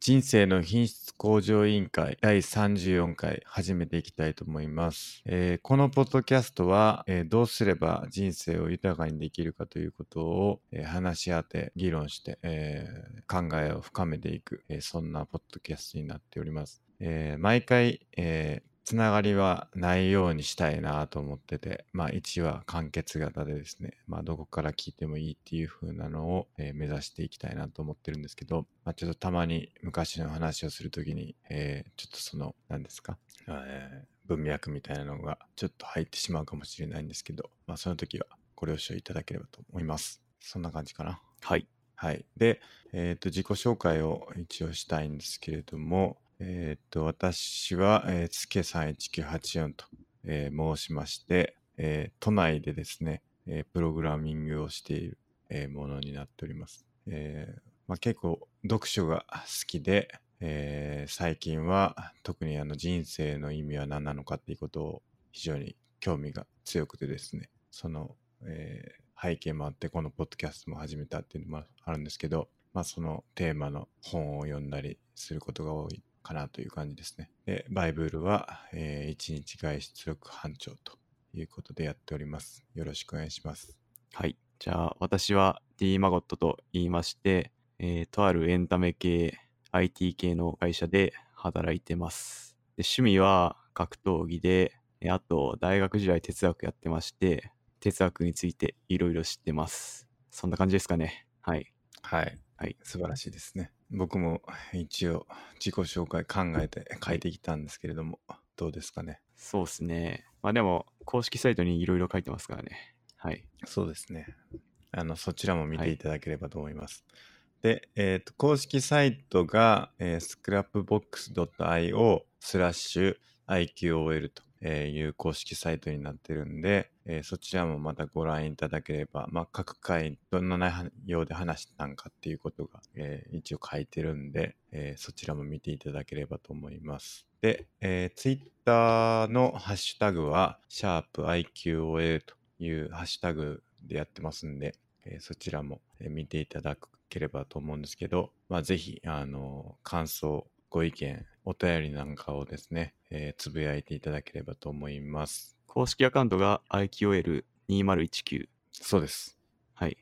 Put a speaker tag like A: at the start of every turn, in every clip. A: 人生の品質向上委員会第34回始めていきたいと思います。えーこのポッドキャストは、えーどうすれば人生を豊かにできるかということを、えー話し合って議論して、えー考えを深めていく、えーそんなポッドキャストになっております。えー毎回、えーつながりはないようにしたいなと思ってて、まあ1話完結型でですね、まあどこから聞いてもいいっていう風なのを、えー目指していきたいなと思ってるんですけど、まあちょっとたまに昔の話をするときに、えーちょっとその、何ですか、えー文脈みたいなのがちょっと入ってしまうかもしれないんですけど、まあその時はご了承いただければと思います。そんな感じかな。
B: はい。
A: はい。で、えっ、と、自己紹介を一応したいんですけれども、えっ、と、私は、えー、つけさん1984と、えー申しまして、えー都内でですね、えープログラミングをしている、えーものになっております。えーまあ、結構、読書が好きで、えー最近は特にあの人生の意味は何なのかっていうことを非常に興味が強くてですね、そのえー背景もあってこのポッドキャストも始めたっていうのもあるんですけど、まあ、そのテーマの本を読んだりすることが多いかなという感じですね。でバイブルは、え1日外出力班長ということでやっております。よろしくお願いします。
B: はい。じゃあ、私は D マゴットと言いまして、えーとあるエンタメ系、IT 系の会社で働いてます。で趣味は格闘技で、えあと、大学時代哲学やってまして、哲学についていろいろ知ってます。そんな感じですかね。はい。
A: はい。
B: はい
A: 素晴らしいですね。僕も一応自己紹介考えて書いてきたんですけれども、どうですかね。
B: そうですね。まあでも、公式サイトにいろいろ書いてますからね。はい。
A: そうですね。あの、そちらも見ていただければと思います。で、えっ、と、公式サイトが、えー scrapbox.io スラッシュ IQOL とえーいう公式サイトになってるんで、えーそちらもまたご覧いただければ、まあ、各回どんな内容で話したんかっていうことが、えー一応書いてるんで、えーそちらも見ていただければと思います。で、えー、Twitter のハッシュタグは、シャープ i q o l というハッシュタグでやってますんで、えーそちらもえー見ていただければと思うんですけど、まあ、ぜひ、あの感想、ご意見、お便りなんかをですね、えーつぶやいていただければと思います。
B: 公式アカウントが IQL2019。
A: そうです。
B: はい。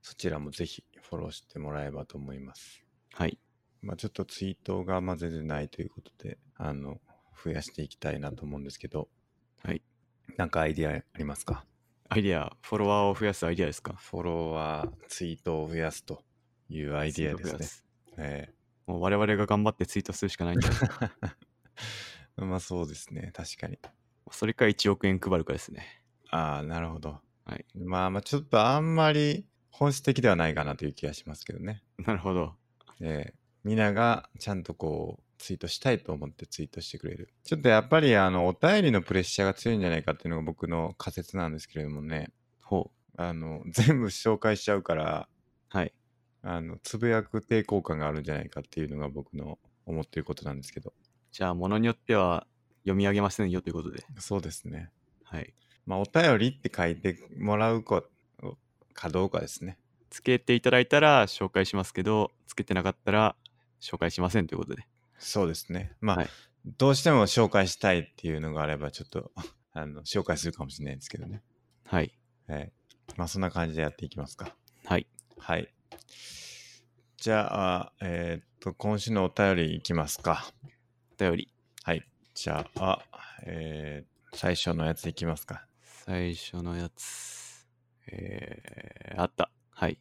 A: そちらもぜひフォローしてもらえばと思います。
B: はい。
A: まあ、ちょっとツイートがまあ全然ないということで、あの、増やしていきたいなと思うんですけど、
B: はい。
A: なんかアイディアありますか
B: アイディア、フォロワーを増やすアイディアですか
A: フォロワー、ツイートを増やすというア
B: ア
A: イディアですね。。え
B: もう我々が頑張ってツイートするしかないんじゃない
A: えまあそうですね、確かに。
B: それか1億円配るかですね。
A: ああ、なるほど。
B: はい
A: まあまあちょっとあんまり本質的ではないかなという気がしますけどね。
B: なるほど。
A: ええみんながちゃんとこうツイートしたいと思ってツイートしてくれる。ちょっとやっぱりあのお便りのプレッシャーが強いんじゃないかっていうのが僕の仮説なんですけれどもね。
B: ほ
A: あの全部紹介しちゃうから
B: う。はい。
A: あのつぶやく抵抗感があるんじゃないかっていうのが僕の思っていることなんですけど。
B: じゃあ、ものによっては読み上げませんよということで。
A: そうですね。
B: はい。
A: まあお便りって書いてもらうこかどうかですね。
B: つけていただいたら紹介しますけど、つけてなかったら紹介しませんということで。
A: そうですね。まあ、
B: はい
A: どうしても紹介したいっていうのがあれば、ちょっと あの紹介するかもしれないんですけどね。
B: はい。
A: はい。まあ、そんな感じでやっていきますか。
B: はい。
A: はい。じゃあ、えーっと、今週のお便りいきますか。
B: お便り。
A: はい。じゃあ、えー最初のやついきますか。
B: 最初のやつ。えー、あった。はい。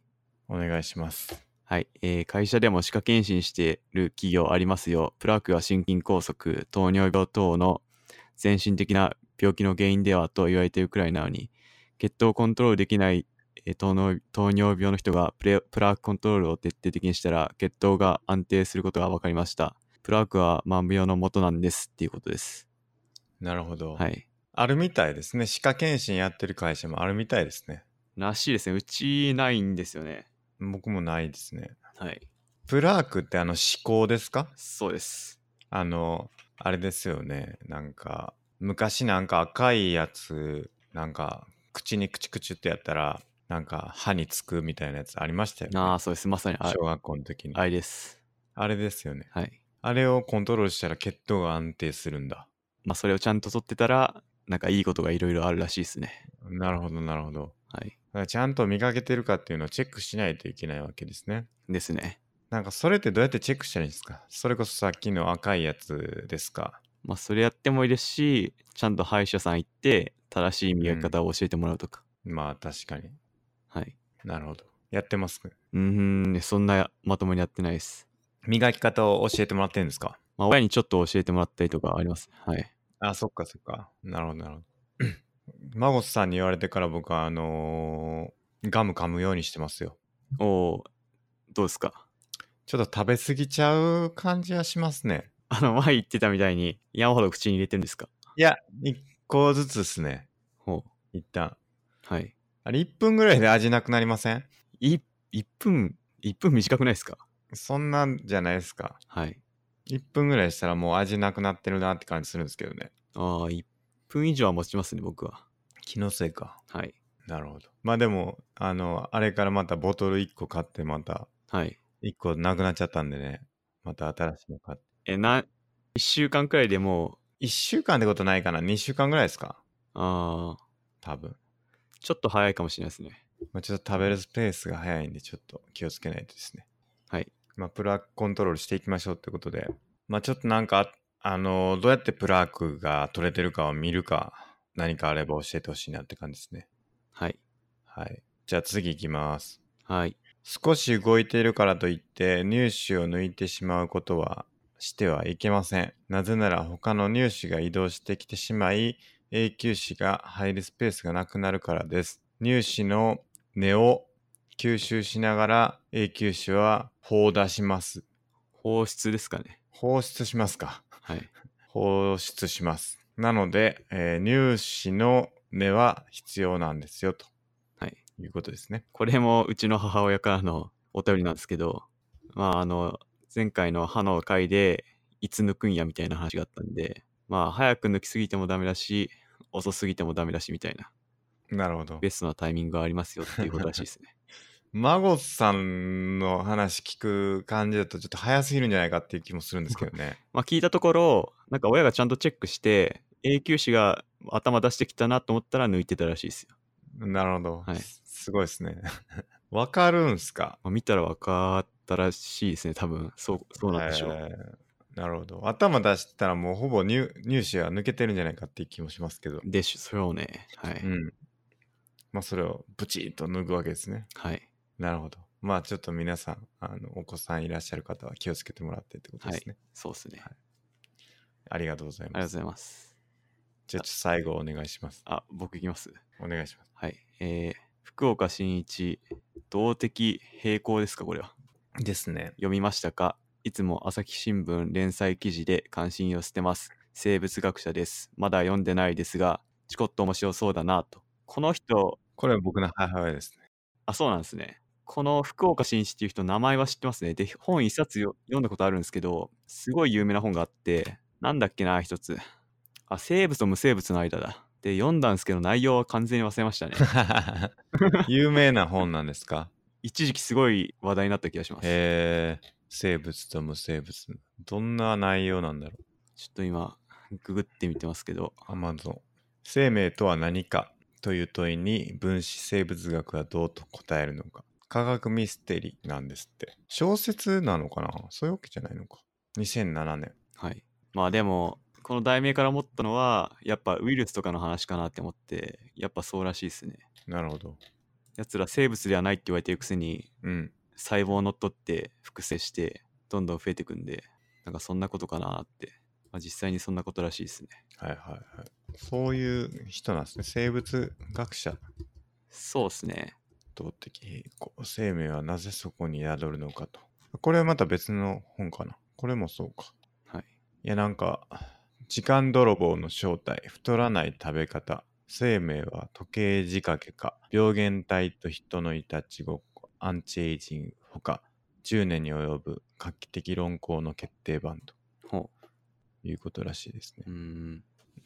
A: お願いします。
B: はい、えー会社でも歯科検診してる企業ありますよ。プラークは心筋梗塞、糖尿病等の全身的な病気の原因ではと言われているくらいなのに、血糖をコントロールできない、えー糖の糖尿病の人がプレプラークコントロールを徹底的にしたら血糖が安定することが分かりました。プラークは万病の元なんですっていうことです。
A: なるほど。
B: はい。
A: あるみたいですね。歯科検診やってる会社もあるみたいですね。
B: らしいですね。うちないんですよね。
A: 僕もないですね。
B: はい。
A: プラークってあの、歯垢ですか
B: そうです。
A: あの、あれですよね。なんか、昔なんか赤いやつ、なんか、口にクチュクチュってやったら、なんか歯につくみたいなやつありましたよね。
B: ああ、そうです。まさにあ
A: 小学校の時に。
B: あれです。
A: あれですよね。
B: はい。
A: あれをコントロールしたら血糖が安定するんだ。
B: まあ、それをちゃんと取ってたら、なんかいいことがいろいろあるらしいですね。
A: なるほど、なるほど。
B: はい。
A: だからちゃんと磨けてるかっていうのをチェックしないといけないわけですね。
B: ですね。
A: なんかそれってどうやってチェックしたらいいんですかそれこそさっきの赤いやつですか
B: まあ、それやってもいいですし、ちゃんと歯医者さん行って、正しい磨き方を教えてもらうとか。
A: まあ確かに。
B: はい。
A: なるほど。やってます
B: うーん、ねそんなまともにやってないです。
A: 磨き方を教えてもらってるんですか
B: まあ、親にちょっと教えてもらったりとかあります。はい。
A: あ、そっかそっか。なるほど、なるほど。 孫さんに言われてから僕はあのーガム噛むようにしてますよ。
B: おおどうですか
A: ちょっと食べ過ぎちゃう感じはしますね。
B: あの、前言ってたみたいに、山ほど口に入れてるんですか
A: いや、1個ずつですね。
B: ほう。
A: 一旦。
B: はい。
A: あれ1分ぐらいで味なくなりません
B: い、1分、1分短くないですか
A: そんなんじゃないですか。
B: はい。
A: 1分ぐらいしたらもう味なくなってるなって感じするんですけどね。
B: ああ、1分以上は持ちますね、僕は。
A: 気のせいか。
B: はい。
A: なるほど。まあでも、あの、あれからまたボトル1個買ってまた
B: はい。
A: 1個なくなっちゃったんでね。また新しいの買って。
B: え、な、1週間くらいでも
A: 1週間ってことないかな ?2 週間ぐらいですか
B: う、ああ、
A: 多分。
B: ちょっと早いかもしれないですね。
A: まあ、ちょっと食べるスペースが早いんでちょっと気をつけないとですね。
B: はい。
A: まあ、プラークコントロールしていきましょうってことで、まあ、ちょっとなんか、あのどうやってプラークが取れてるかを見るか、何かあれば教えてほしいなって感じですね。
B: はい。
A: はい。じゃあ次いきます。
B: はい。
A: 少し動いているからといって乳歯を抜いてしまうことはしてはいけません。なぜなら他の乳歯が移動してきてしまい永久歯が入るスペースがなくなるからです。乳歯の根を吸収しながら永久歯は放出します。
B: 放出ですかね。
A: 放出しますか。
B: はい。
A: 放出します。なので、えー乳歯の根は必要なんですよと
B: はい。
A: いうことですね。
B: これもうちの母親からのお便りなんですけど、まああの、前回の歯の回で、いつ抜くんやみたいな話があったんで、まあ早く抜きすぎてもダメだし、遅すぎてもダメだしみたいな、
A: なるほど。
B: ベストなタイミングがありますよっていうことらしいですね。
A: 孫さんの話聞く感じだとちょっと早すぎるんじゃないかっていう気もするんですけど ね。
B: まあ聞いたところ、なんか親がちゃんとチェックして、永久歯が頭出してきたなと思ったら抜いてたらしいですよ。
A: なるほど。
B: はい
A: すすごいですね。 わかるんすか
B: まあ、見たら分かったらしいですね、多分。そう、そうなんでしょう。
A: えーなるほど。頭出したらもうほぼ乳乳歯は抜けてるんじゃないかっていう気もしますけど。
B: でし、それをね、はい。
A: うん。まあそれをブチッと脱ぐわけですね。
B: はい。
A: なるほど。まあちょっと皆さん、あのお子さんいらっしゃる方は気をつけてもらってってことですね。
B: そうですね。
A: はいありがとうござい
B: ありがと
A: ます。
B: うございます。
A: じゃあちょっと最後お願いします。
B: あ、僕いきます。
A: お願いします。
B: はい。えー、福岡伸一、動的平行ですか、これは。
A: ですね。
B: 読みましたかいつも朝日新聞連載記事で関心を捨てます。生物学者です。まだ読んでないですが、ちこっと面白そうだなと。この人、
A: これは僕の母親ですね。
B: あ、そうなんですね。この福岡伸一っていう人、名前は知ってますね。で、本一冊よ読んだことあるんですけど、すごい有名な本があって、なんだっけな、一つ。あ、生物と無生物の間だ。で、読んだんですけど、内容は完全に忘れましたね。
A: 有名な本なんですか
B: 一時期すごい話題になった気がします。ち
A: へえ生物と無生物どんな内容なんだろ
B: ょっと今、ググってみてますけど、
A: うアマゾン生命とは何かという問いに分子生物学はどうと答えるのか科学ミステリーなんですって小説なのかなそういうわけじゃないのか2007年
B: はい。まあでも、この題名から思ったのは、やっぱウイルスとかの話かなって思って、やっぱそうらしいですね。
A: なるほど
B: やつら生物ではないって言われてるくせに、
A: うん
B: 細胞を乗っ取って複製してどんどん増えていくんでなんかそんなことかなって、まあ、実際にそんなことらしいですね
A: はいはいはいそういう人なんですね生物学者
B: そうですね
A: 動的平衡生命はなぜそこに宿るのかとこれはまた別の本かなこれもそうか
B: はい
A: いやなんか時間泥棒の正体太らない食べ方生命は時計仕掛けか病原体と人のいたちごっこアンチエイジングほか10年に及ぶ画期的論考の決定版と
B: ほ
A: いうことらしいですね
B: ううーん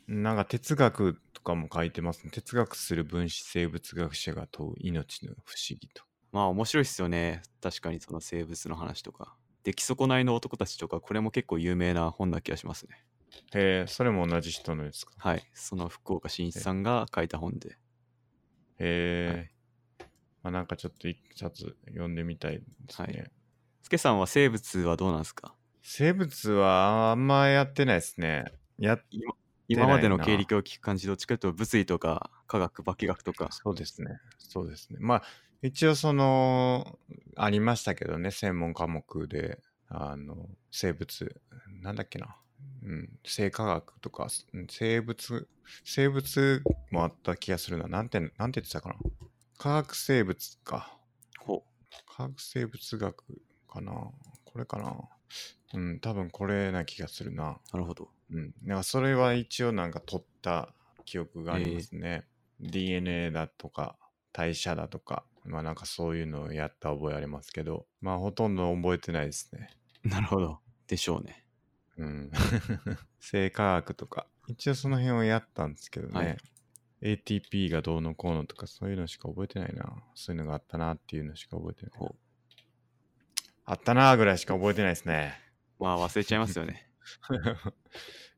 A: なんか哲学とかも書いてますね哲学する分子生物学者が問う命の不思議と
B: まあ面白いっすよね確かにその生物の話とか出来損ないの男たちとか、これも結構有名な本な気がしますね。
A: えー、それも同じ人のですか
B: はい。その福岡伸一さんが書いた本で。
A: えー
B: はい
A: まあ、なんかちょっと一冊読んでみたいですね。
B: はいスケさんは生物はどうなんですか
A: 生物はあんまやってないですね。や出ない
B: 今
A: な
B: までの経歴を聞く感じ、どっちかというと物理とか科学、化学とか。
A: そうですね。そうですね。まあ、一応その、ありましたけどね、専門科目で、あの、生物、なんだっけな。うん、生化学とか、うん生物、生物もあった気がするな。なんて、なんて言ってたかな。化学生物か。
B: ほ
A: 化学生物学かな。これかな。うん、多分これな気がするな。
B: うなるほど。
A: うん、なんかそれは一応なんか取った記憶がありますね。DNA だとか代謝だとか、まあなんかそういうのをやった覚えありますけど、まあほとんど覚えてないですね。
B: なるほど。でしょうね。
A: うん。生化学とか、一応その辺をやったんですけどね。
B: はい
A: ATP がどうのこうのとかそういうのしか覚えてないな。そういうのがあったなっていうのしか覚えてない
B: ほう。
A: あったなぐらいしか覚えてないですね。
B: まあ忘れちゃいますよね。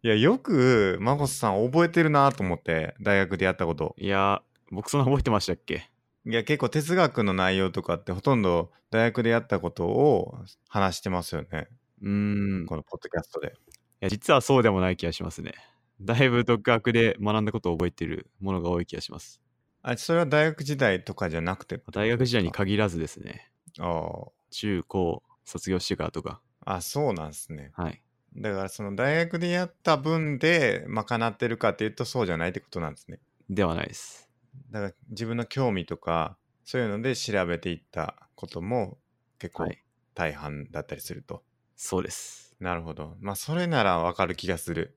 A: いや、よく、マコスさん覚えてるなと思って、大学でやったこと。
B: いやー、僕そんな覚えてましたっけ
A: いや結構哲学の内容とかってほとんど大学でやったことを話してますよね、
B: うーん。い
A: このポッドキャストで。
B: や、実はそうでもない気がしますね。だいぶ独学で学んだことを覚えてるものが多い気がします。
A: あそれは大学時代とかじゃなくて
B: 大学時代に限らずですね。
A: あ
B: 中高卒業してからとか。
A: ああそうなんですね。
B: はい。
A: だからその大学でやった分で賄ってるかっていうとそうじゃないってことなんですね。
B: ではないです。
A: だから自分の興味とかそういうので調べていったことも結
B: は
A: 構
B: い。
A: 大半だったりすると。
B: そうです。
A: なるほど。まあそれならわかる気がする。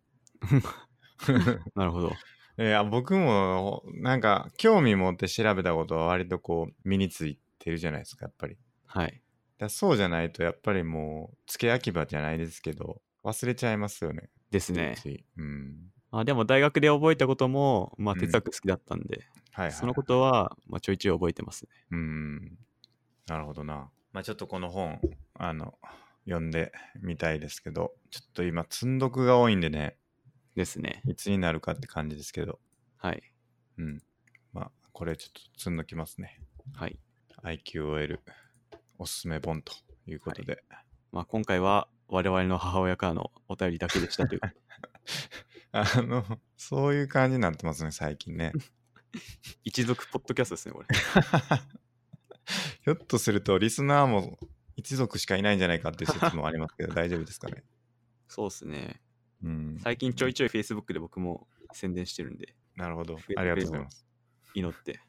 B: なるほど。
A: いや僕もなんか興味持って調べたことは割とこう身についてるじゃないですかやっぱりだか
B: はい。
A: らそうじゃないとやっぱりもう付け焼き場じゃないですけど忘れちゃいますよね
B: ですね。
A: ついうん
B: あでも大学で覚えたことも、まあ、
A: うん
B: 哲学好きだったんで、
A: はいはい
B: そのことは、まあ、ちょいちょい覚えてますね。
A: うんなるほどなまあちょっとこの本あの読んでみたいですけどちょっと今積んどくが多いんでね
B: ですね。
A: いつになるかって感じですけど
B: はい。
A: うんまあこれちょっと積んどきますね
B: はい。
A: IQOL おすすめ本ということで、
B: まあ、今回は我々の母親からのお便りだけでし たという。
A: あの、そういう感じになってますね、最近 ね。
B: 一族ポッドキャストですね、これ。
A: ひょっとすると、リスナーも一族しかいないんじゃないかっていう説もありますけど、大丈夫ですかね。
B: そうですね。
A: うん。
B: 最近ちょいちょい Facebook で僕も宣伝してるんで、
A: なるほど
B: 増えて。く
A: あ
B: れ
A: りが
B: る
A: とうございます。
B: 祈って。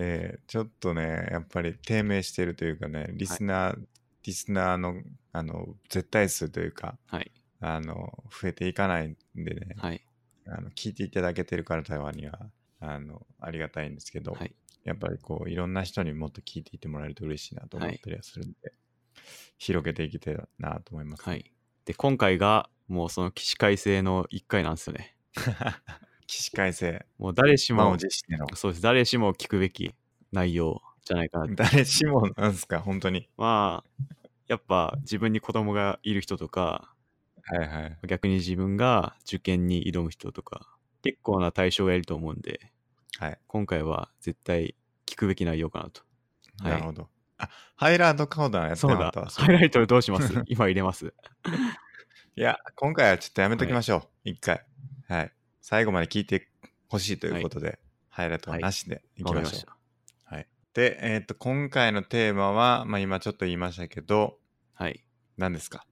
A: えーちょっとね、やっぱり低迷してるというかね、リスナー、リスナーの、あの、絶対数というか、
B: はい。
A: あの、増えていかないんでね、
B: はい。
A: あの聞いていただけてる方には、あの、ありがたいんですけど、
B: はい。
A: やっぱりこういろんな人にもっと聞いていってもらえると嬉しいなと思ったりはするんで、広げていきたいなと思います。
B: はい。で、今回がもうその起死回生の1回なんですよね。
A: 起死回生、
B: もう誰し
A: 満を
B: も、
A: 持しての。
B: そうです。誰しも聞くべき内容じゃないかなと
A: 誰しもなんすか、本当に。
B: まあやっぱ自分に子供がいる人とか
A: はいはい。
B: 逆に自分が受験に挑む人とか結構な対象がいると思うんで
A: はい。
B: 今回は絶対聞くべき内容かなとはい
A: なるほど。あ、ハイラードカウダーやって
B: そう
A: なか
B: だ
A: ったわ
B: ハイライトどうします 今入れます
A: いや、今回はちょっとやめときましょう。一、回。はい。最後まで聞いてほしいということで、ハイライトはなしでいき
B: わか
A: ま
B: り
A: しょう。で、えっ、と、今回のテーマは、まあ今ちょっと言いましたけど、
B: はい
A: 何ですか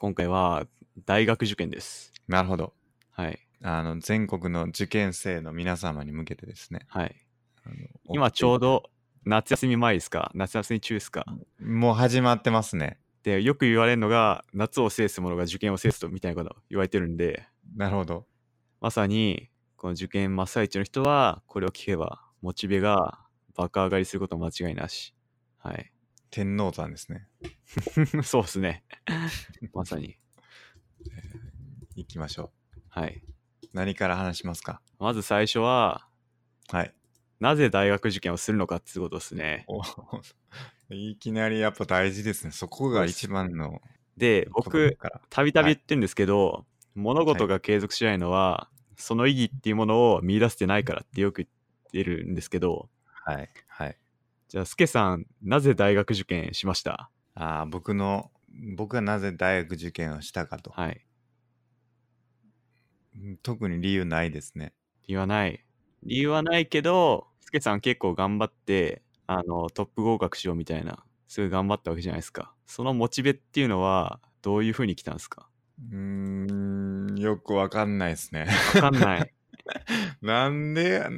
B: 今回は大学受験です
A: なるほど。
B: はい
A: あの全国の受験生の皆様に向けてですね。
B: はい
A: あの
B: 今ちょ
A: 追っ
B: うど夏休み前ですか夏休み中ですか
A: てもう始まってますね。
B: でよく言われるのが夏を制す者が受験を制すとみたいなこと言われてるんで
A: なるほど。
B: まさに、この受験真っ最中の人は、これを聞けば、モチベが爆上がりすること間違いなし。はい。
A: 天王山ですね。
B: そうですね。まさに。
A: 行きましょ
B: はい。
A: う。何から話しますか
B: まず最初は、
A: はい。
B: なぜ大学受験をするのかっていうことですね。
A: お いきなりやっぱ大事ですね。そこが一番の
B: で
A: ことだ
B: 僕
A: から。
B: たびたび言ってるんですけど、物事が継続しないのは、その意義っていうものを見出してないからってよく言ってるんですけど
A: はい。はい。
B: じゃあスケさんなぜ大学受験しました
A: ああ、僕の、僕がなぜ大学受験をしたかと。
B: はい
A: うん特に理由ないですね。
B: 理由はない理由はないけどスケさん結構頑張ってあのトップ合格しようみたいなすごい頑張ったわけじゃないですかそのモチベっていうのはどういうふうに来たんですか
A: うーん、よくわかんないですね。
B: わかんない
A: なんであ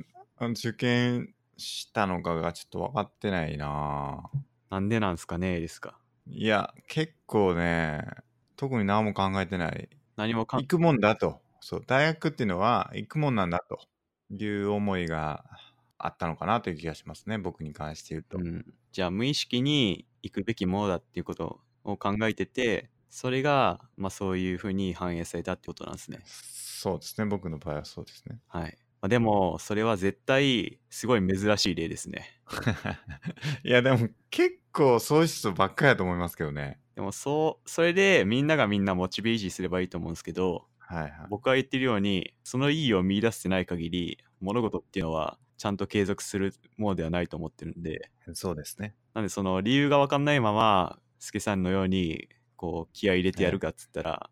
A: の受験したのかがちょっと分かってないなぁ
B: なんでなんですかねですか
A: いや、結構ね、特に何も考えてない。
B: 何もかん
A: 行くもんだと。そう、大学っていうのは行くもんなんだという思いがあったのかなという気がしますね、僕に関して言うと。
B: うん、じゃあ無意識に行くべきものだっていうことを考えててそれが、まあ、そういうふうに反映されたってことなんですね。
A: そうですね、僕の場合はそうですね。
B: はいまあ、でもそれは絶対すごい珍しい例ですね。
A: いや、でも結構そういう人ばっかりだと思いますけどね。
B: でもそうそれでみんながみんなモチベ維持すればいいと思うんですけど
A: はいはい。
B: 僕が言ってるようにその意義を見出してない限り物事っていうのはちゃんと継続するものではないと思ってるんで
A: そうですね。
B: なんでその理由が分かんないまま、スケさんのように、こう、気合い入れてやるかっつったら、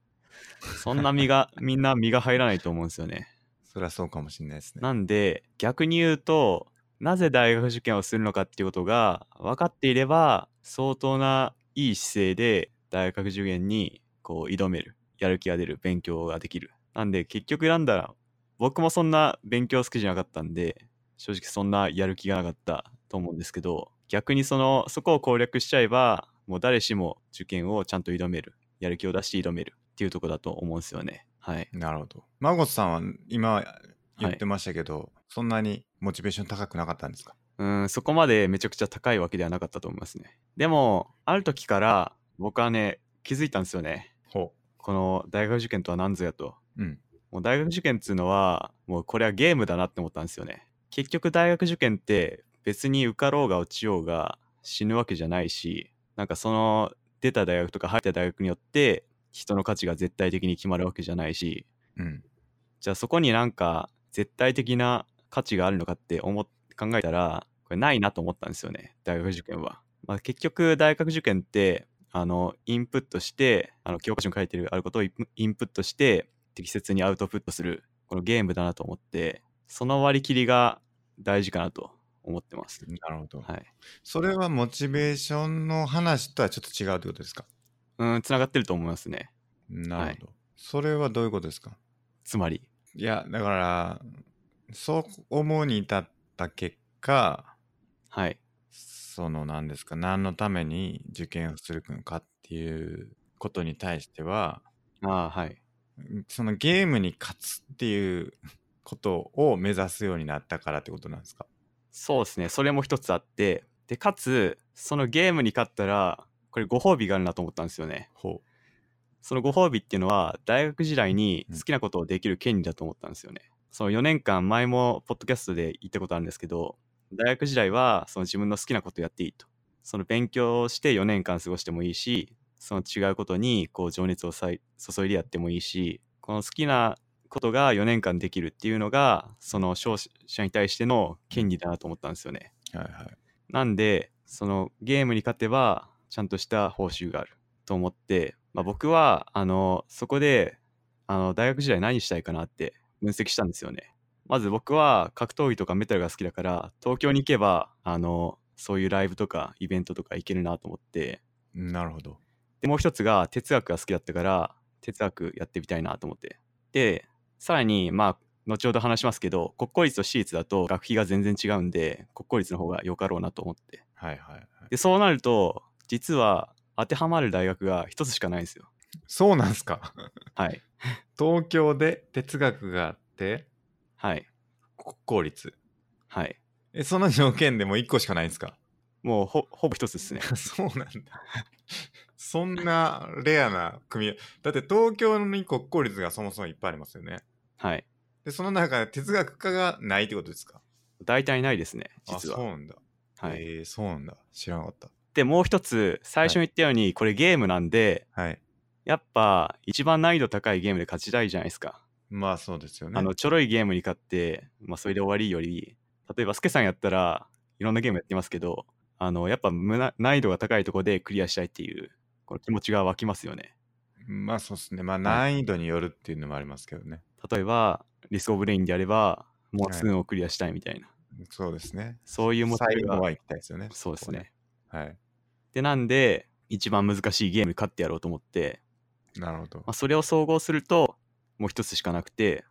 B: そんな身が、みんな身が入らないと思うんですよね。
A: そりゃそうかもしれないですね。
B: なんで、逆に言うと、なぜ大学受験をするのかっていうことが分かっていれば、相当ないい姿勢で大学受験にこう挑める。やる気が出る。勉強ができる。なんで、結局なんだら、僕もそんな勉強好きじゃなかったんで、正直そんなやる気がなかったと思うんですけど、逆にその、そこを攻略しちゃえば、もう誰しも受験をちゃんと挑める。やる気を出して挑めるっていうとこだと思うんですよね。はい。
A: なるほど。マゴトさんは今言ってましたけど、そんなにモチベーション高くなかったんですか
B: うん、そこまでめちゃくちゃ高いわけではなかったと思いますね。でも、ある時から僕はね、気づいたんですよね。
A: ほ
B: この大学受験とは何ぞやと。
A: う。うん。
B: もう大学受験っつうのは、もうこれはゲームだなって思ったんですよね。結局大学受験って別に受かろうが落ちようが死ぬわけじゃないし、なんかその出た大学とか入った大学によって人の価値が絶対的に決まるわけじゃないし、
A: うん。
B: じゃあそこになんか絶対的な価値があるのかって思っ考えたらこれないなと思ったんですよね大学受験は、まあ、結局大学受験ってあのインプットしてあの教科書に書いてるあることをインプインプットして適切にアウトプットするこのゲームだなと思ってその割り切りが大事かなと思ってます、
A: なるほど。
B: はい、
A: それはモチベーションの話とはちょっと違うってことですか
B: うんつながってると思いますね
A: な
B: は
A: る
B: い
A: ほど。それはどういうことですか
B: つまり
A: いや、だから、そう思うに至った結果、
B: はい
A: その何ですか、何のために受験をするのかっていうことに対しては、
B: ああはい
A: そのゲームに勝つっていうことを目指すようになったからってことなんですか
B: そうですね、それも一つあって、で、かつ、そのゲームに勝ったら、これご褒美があるなと思ったんですよね。
A: ほ
B: そのご褒美っていうのは、大学時代に
A: うん
B: 好きなことをできる権利だと思ったんですよね。その4年間、前もポッドキャストで言ったことあるんですけど、大学時代はその自分の好きなことをやっていいと。その勉強をして4年間過ごしてもいいし、その違うことにこう情熱をさい注いでやってもいいし、この好きなことが4年間できるっていうのが、その勝者に対しての権利だなと思ったんですよね。
A: う。はいはい。
B: なんで、そのゲームに勝てば、ちゃんとした報酬があると思って、まあ、僕は、あの、そこで、あの、大学時代何したいかなって分析したんですよね。まず僕は格闘技とかメタルが好きだから、東京に行けば、あの、そういうライブとかイベントとか行けるなと思って、
A: なるほど。
B: で、もう一つが哲学が好きだったから、哲学やってみたいなと思って。で、さらに、まあ、後ほど話しますけど、国公立と私立だと学費が全然違うんで、国公立の方が良かろうなと思って。
A: はいはい、はい。
B: でそうなると実は当てはまる大学が一つしかないんですよ
A: そうなんですか
B: はい
A: 東京で哲学があって、
B: はい
A: 国公立。
B: はい
A: え、その条件でもう1個しかないんですか
B: もうほほぼ一つですね
A: そうなんだ。そんなレアな組み合わだって東京に国公立がそもそもいっぱいありますよね。
B: はい
A: で、その中で哲学科がないってことですか
B: 大体ないですね
A: あ、
B: 実
A: そう
B: は
A: なんだ。
B: はい
A: えー、そうなんだ。知らなかった。
B: でもう一つ最初に言ったようにこれゲームなんで、
A: はい。
B: やっぱ一番難易度高いゲームで勝ちたいじゃないですか。
A: まあそうですよね。
B: あのちょろいゲームに勝って、まあ、それで終わりより例えばスケさんやったらいろんなゲームやってますけどあのやっぱむな難易度が高いところでクリアしたいっていうこの気持ちが湧きますよね。
A: まあそうですね。まあ難易度によるっていうのもありますけどね。
B: 例えばリス・オブ・レインであればもう2をクリアしたいみたいな、
A: そうですね。
B: そういうモチ
A: 最
B: ベ
A: 後は
B: が
A: 行きたいですよね。
B: そうですね。
A: はい。
B: でなんで一番難しいゲームに勝ってやろうと思って、
A: なるほど
B: まあ、。それを総合するともう一つしかなくて、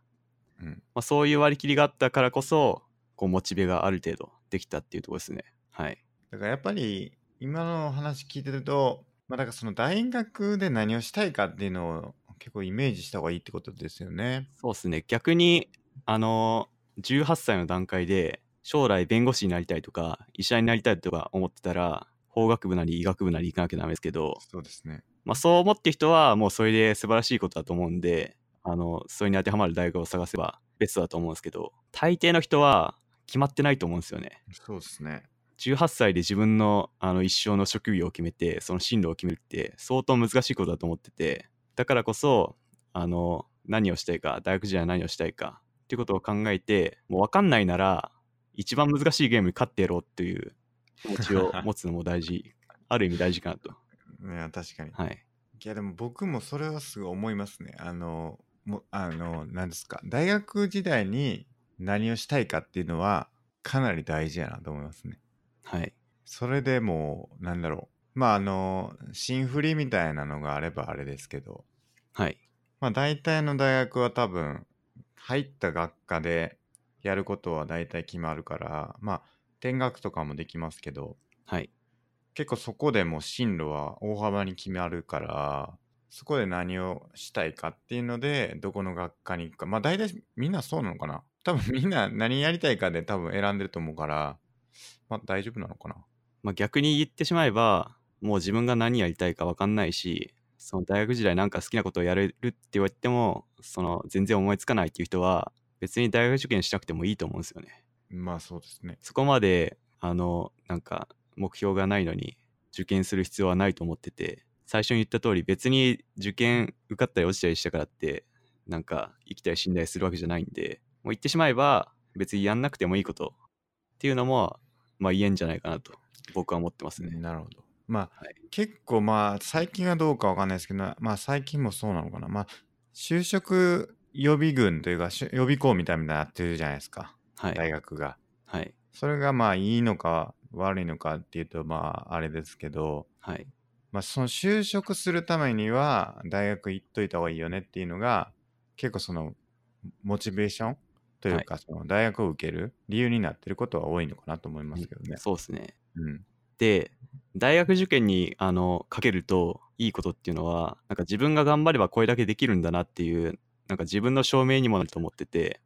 A: うん
B: まあ、そういう割り切りがあったからこそこうモチベがある程度できたっていうところですね。はい、
A: だからやっぱり今の話聞いてると、まあだからその大学で何をしたいかっていうのを結構イメージした方がいいってことですよね。
B: そうですね逆にあのー18歳の段階で将来弁護士になりたいとか医者になりたいとか思ってたら法学部なり医学部なり行かなきゃダメですけど、
A: そうですね。
B: まあ、そう思ってる人はもうそれで素晴らしいことだと思うんであのそれに当てはまる大学を探せばベストだと思うんですけど大抵の人は決まってないと思うんですよね
A: そうですね。
B: 18歳で自分のあの一生の職業を決めてその進路を決めるって相当難しいことだと思っててだからこそあの何をしたいか大学時代は何をしたいかっていうことを考えてもう分かんないなら一番難しいゲームに勝ってやろうっていう気持ちを持つのも大事ある意味大事かなと
A: ね確かに。
B: はい
A: いやでも僕もそれはすごい思いますね。あの、もあの、何ですか。大学時代に何をしたいかっていうのはかなり大事やなと思いますね。
B: はい
A: それでもう、なんだろう。まああの、新振りみたいなのがあればあれですけど、
B: はい
A: まあ大体の大学は多分、入った学科でやることは大体決まるから、まあ、転学とかもできますけど、
B: はい
A: 結構そこでもう進路は大幅に決まるからそこで何をしたいかっていうのでどこの学科に行くかまあ大体みんなそうなのかな多分みんな何やりたいかで多分選んでると思うからまあ大丈夫なのかな
B: まあ、逆に言ってしまえばもう自分が何やりたいか分かんないしその大学時代なんか好きなことをやれるって言われてもその全然思いつかないっていう人は別に大学受験しなくてもいいと思うんですよね。
A: まあそうですね
B: そこまであのなんか目標がないのに受験する必要はないと思ってて最初に言った通り別に受験受かったり落ちたりしたからってなんか生きたり死んだりするわけじゃないんでもう言ってしまえば別にやんなくてもいいことっていうのもまあ言えんじゃないかなと僕は思ってますね。
A: なるほどまあ、
B: はい
A: 結構まあ最近はどうかわかんないですけどまあ最近もそうなのかなまあ就職予備軍というかしゅ予備校みたいなのやってるじゃないですか
B: はい、
A: 大学が、
B: はい、
A: それがまあいいのか悪いのかっていうとまああれですけど、
B: はい、
A: まあ、その就職するためには大学行っといた方がいいよねっていうのが結構そのモチベーションというかその大学を受ける理由になってることは多いのかなと思いますけどね。
B: そうですね。
A: うん、
B: で、大学受験にあのかけるといいことっていうのは、なんか自分が頑張ればこれだけできるんだなっていう、なんか自分の証明にもなると思ってて、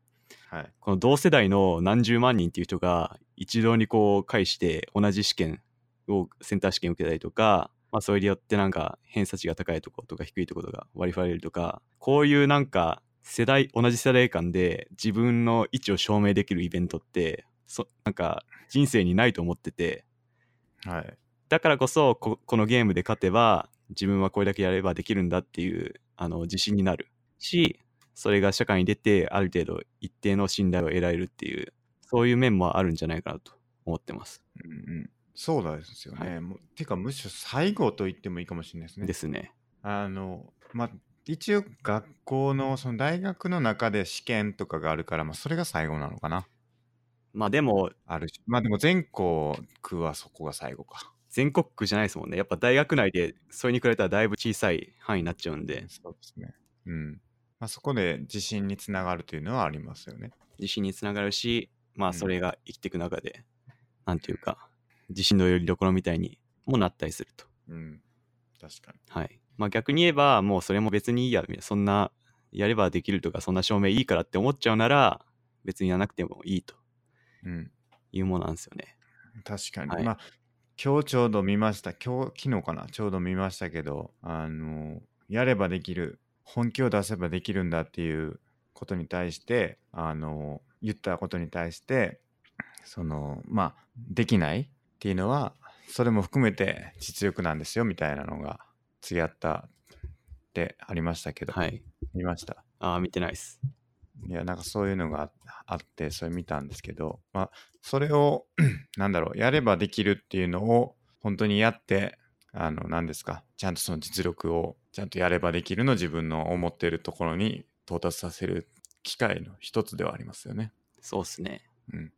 A: はい、
B: この同世代の何十万人っていう人が一堂にこう会して同じ試験をセンター試験受けたりとか、まあ、それによってなんか偏差値が高いとことか低いとことが割り振られるとかこういうなんか世代同じ世代間で自分の位置を証明できるイベントってそなんか人生にないと思ってて
A: はい、
B: だからこそここのゲームで勝てば自分はこれだけやればできるんだっていうあの自信になるしそれが社会に出てある程度一定の信頼を得られるっていうそういう面もあるんじゃないかなと思ってます。
A: うんうん、そうなんですよね。
B: は
A: もうてかむしろ最後と言ってもいいかもしれないですね。
B: ですね。
A: あのまあ一応学校のその大学の中で試験とかがあるから、まあ、それが最後なのかな。
B: まあでも
A: あるしまあでも全校区はそこが最後か。
B: 全国区じゃないですもんねやっぱ大学内でそれに比べたらだいぶ小さい範囲になっちゃうんで
A: そうですね。うん。まあ、そこで自信につながるというのはありますよね。
B: 自信につながるしま
A: う
B: あ
A: ん
B: それが生きていく中でなんていうか自信のよりどころみたいにもなったりすると
A: うん。確かに。
B: はいまあ逆に言えばもうそれも別にいいやみたいなそんなやればできるとかそんな証明いいからって思っちゃうなら別にやらなくてもいいと
A: うん。
B: いうものなんですよね
A: 確かに。
B: はい
A: まあ、今日ちょうど見ました。今日、昨日かなちょうど見ましたけど、あの、やればできる、本気を出せばできるんだっていうことに対して、あの、言ったことに対して、その、まあ、できないっていうのは、それも含めて実力なんですよみたいなのがツイッターってありましたけど、
B: はい。
A: 見ました
B: ああ、見てないっす。
A: いやなんかそういうのがああってそれ見たんですけど、まあ、それを なんだろうやればできるっていうのを本当にやってあの何ですかちゃんとその実力をちゃんとやればできるの自分の思っているところに到達させる機会の一つではありますよね。
B: そうっすね。
A: うん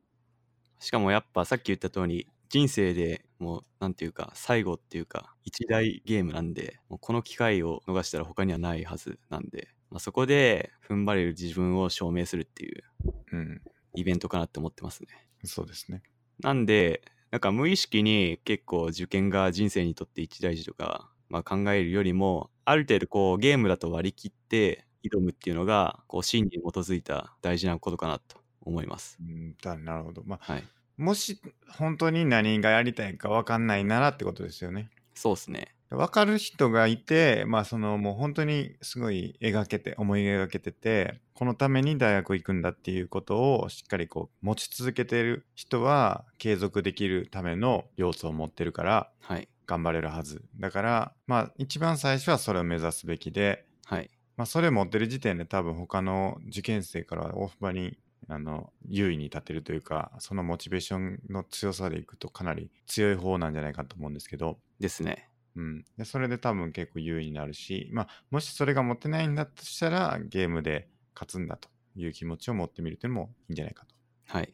B: しかもやっぱさっき言った通り、人生でもう、なんていうか、最後っていうか、一大ゲームなんで、もうこの機会を逃したら他にはないはずなんで、まあ、そこで踏ん張れる自分を証明するっていう
A: うん、
B: イベントかなって思ってますね。
A: そうですね。
B: なんで、なんか無意識に結構受験が人生にとって一大事とか、まあ、考えるよりも、ある程度こうゲームだと割り切って挑むっていうのが、こう真理に基づいた大事なことかなと思います。
A: うん、だなるほど。まあ、
B: はい。
A: もし本当に何がやりたいか分かんないならってことですよね。
B: そうですね。
A: 分かる人がいて、まあそのもう本当にすごい描けて、思い描けてて、このために大学行くんだっていうことをしっかりこう持ち続けてる人は継続できるための要素を持ってるから
B: はい。
A: 頑張れるはず。だからまあ一番最初はそれを目指すべきで、
B: はい。
A: まあそれ持ってる時点で多分他の受験生からは大幅にあの優位に立てるというか、そのモチベーションの強さでいくとかなり強い方なんじゃないかと思うんですけど、
B: ですね。
A: うん、でそれで多分結構優位になるし、まあ、もしそれが持ってないんだとしたらゲームで勝つんだという気持ちを持ってみるというのもいいんじゃないかと。
B: はい。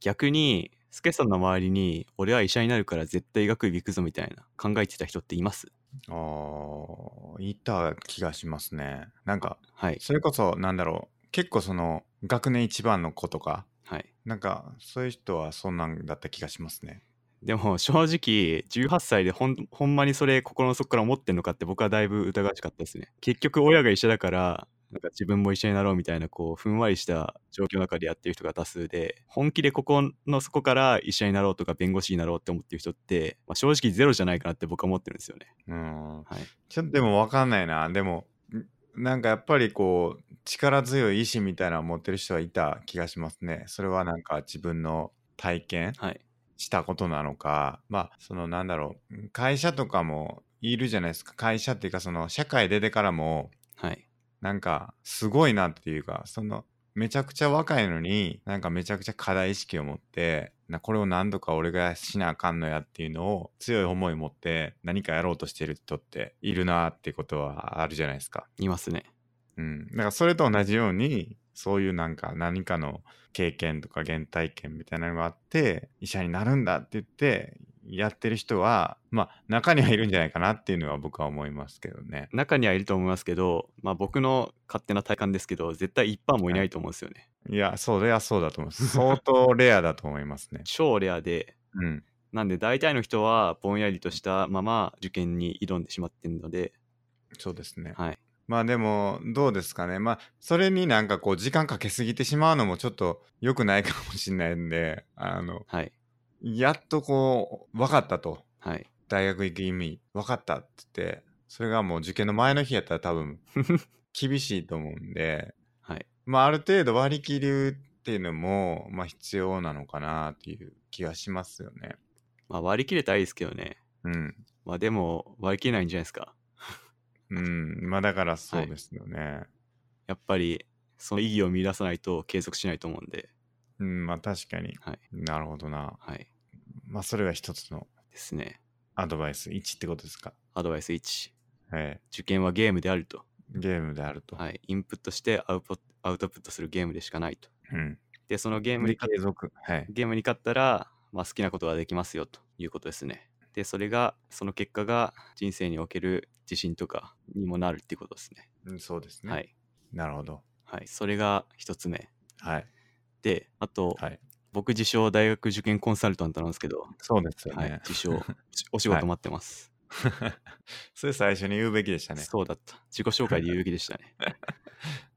B: 逆に、スケさんの周りに、俺は医者になるから絶対医学部行くぞみたいな考えてた人っています
A: ああ、いた気がしますね。なんか
B: はい。
A: それこそなんだろう結構その学年一番の子とか
B: はい。
A: なんかそういう人はそんなんだった気がしますね。
B: でも正直18歳でほんほんまにそれ心の底から思ってんのかって僕はだいぶ疑わしかったですね結局親が医者だからなんか自分も医者になろうみたいなこうふんわりした状況の中でやってる人が多数で本気でここの底から医者になろうとか弁護士になろうって思ってる人って、まあ、正直ゼロじゃないかなって僕は思ってるんですよね
A: うん、
B: はい
A: ちょっとでも分かんないなでもんなんかやっぱりこう力強い意志みたいなのを持ってる人はいた気がしますねそれはなんか自分の体験
B: はい
A: したことなのかまあそのなんだろう会社とかもいるじゃないですか会社っていうかその社会出てからも
B: はい
A: なんかすごいなっていうかそのめちゃくちゃ若いのになんかめちゃくちゃ課題意識を持ってなこれを何度か俺がしなあかんのやっていうのを強い思いを持って何かやろうとしてる人っているなってことはあるじゃないですか。
B: いますね
A: うん、だからそれと同じようにそういうなんか何かの経験とか原体験みたいなのがあって医者になるんだって言ってやってる人はまあ中にはいるんじゃないかなっていうのは僕は思いますけどね。
B: 中にはいると思いますけど、まあ、僕の勝手な体感ですけど絶対一般もいないと思うんですよね
A: いや、それはそうだと思い ます。相当レアだと思いますね。
B: 超レアで
A: うん。
B: なんで大体の人はぼんやりとしたまま受験に挑んでしまってるので、
A: そうですね。
B: はい、
A: まあでも、どうですかね。まあ、それになんかこう、時間かけすぎてしまうのもちょっと良くないかもしれないんで、あの、
B: はい、
A: やっとこう、分かったと。
B: はい。
A: 大学行く意味、分かったって言って、それがもう受験の前の日やったら多分、 厳しいと思うんで、
B: はい、
A: まあある程度割り切るっていうのも、まあ必要なのかなっていう気がしますよね。
B: まあ割り切れたらいいですけどね。
A: うん。
B: まあでも割り切れないんじゃないですか。
A: うん、まあだからそ
B: は
A: う
B: い
A: ですよね。
B: やっぱりその意義を見出さないと継続しないと思うんで、
A: うん、まあ確かに、
B: はい、
A: なるほどな。
B: はい。
A: まあそれが一つの
B: ですね。
A: アドバイス1ってことですか。
B: アドバイス1。
A: え
B: 受験はゲームであると。
A: えゲームであると。
B: はい。インプットしてアウポアウトプットするゲームでしかないと。
A: うん。
B: で、そのゲーム
A: で
B: に勝
A: 継続。はい。
B: ゲームに勝ったら、まあ、好きなことができますよということですね。で、それが、その結果が人生における自信とかにもなるっていうことですね。
A: うん、そうですね。
B: は。い。
A: なるほど。
B: はい。それが一つ目。
A: はい。
B: で、あと、
A: はい。
B: 僕自称大学受験コンサルタントなんですけど、
A: そうですよ
B: は
A: ね。
B: い、自 称、お仕事待ってます、
A: それ最初に言うべきでしたね。
B: そうだった。自己紹介で言うべきでし たね。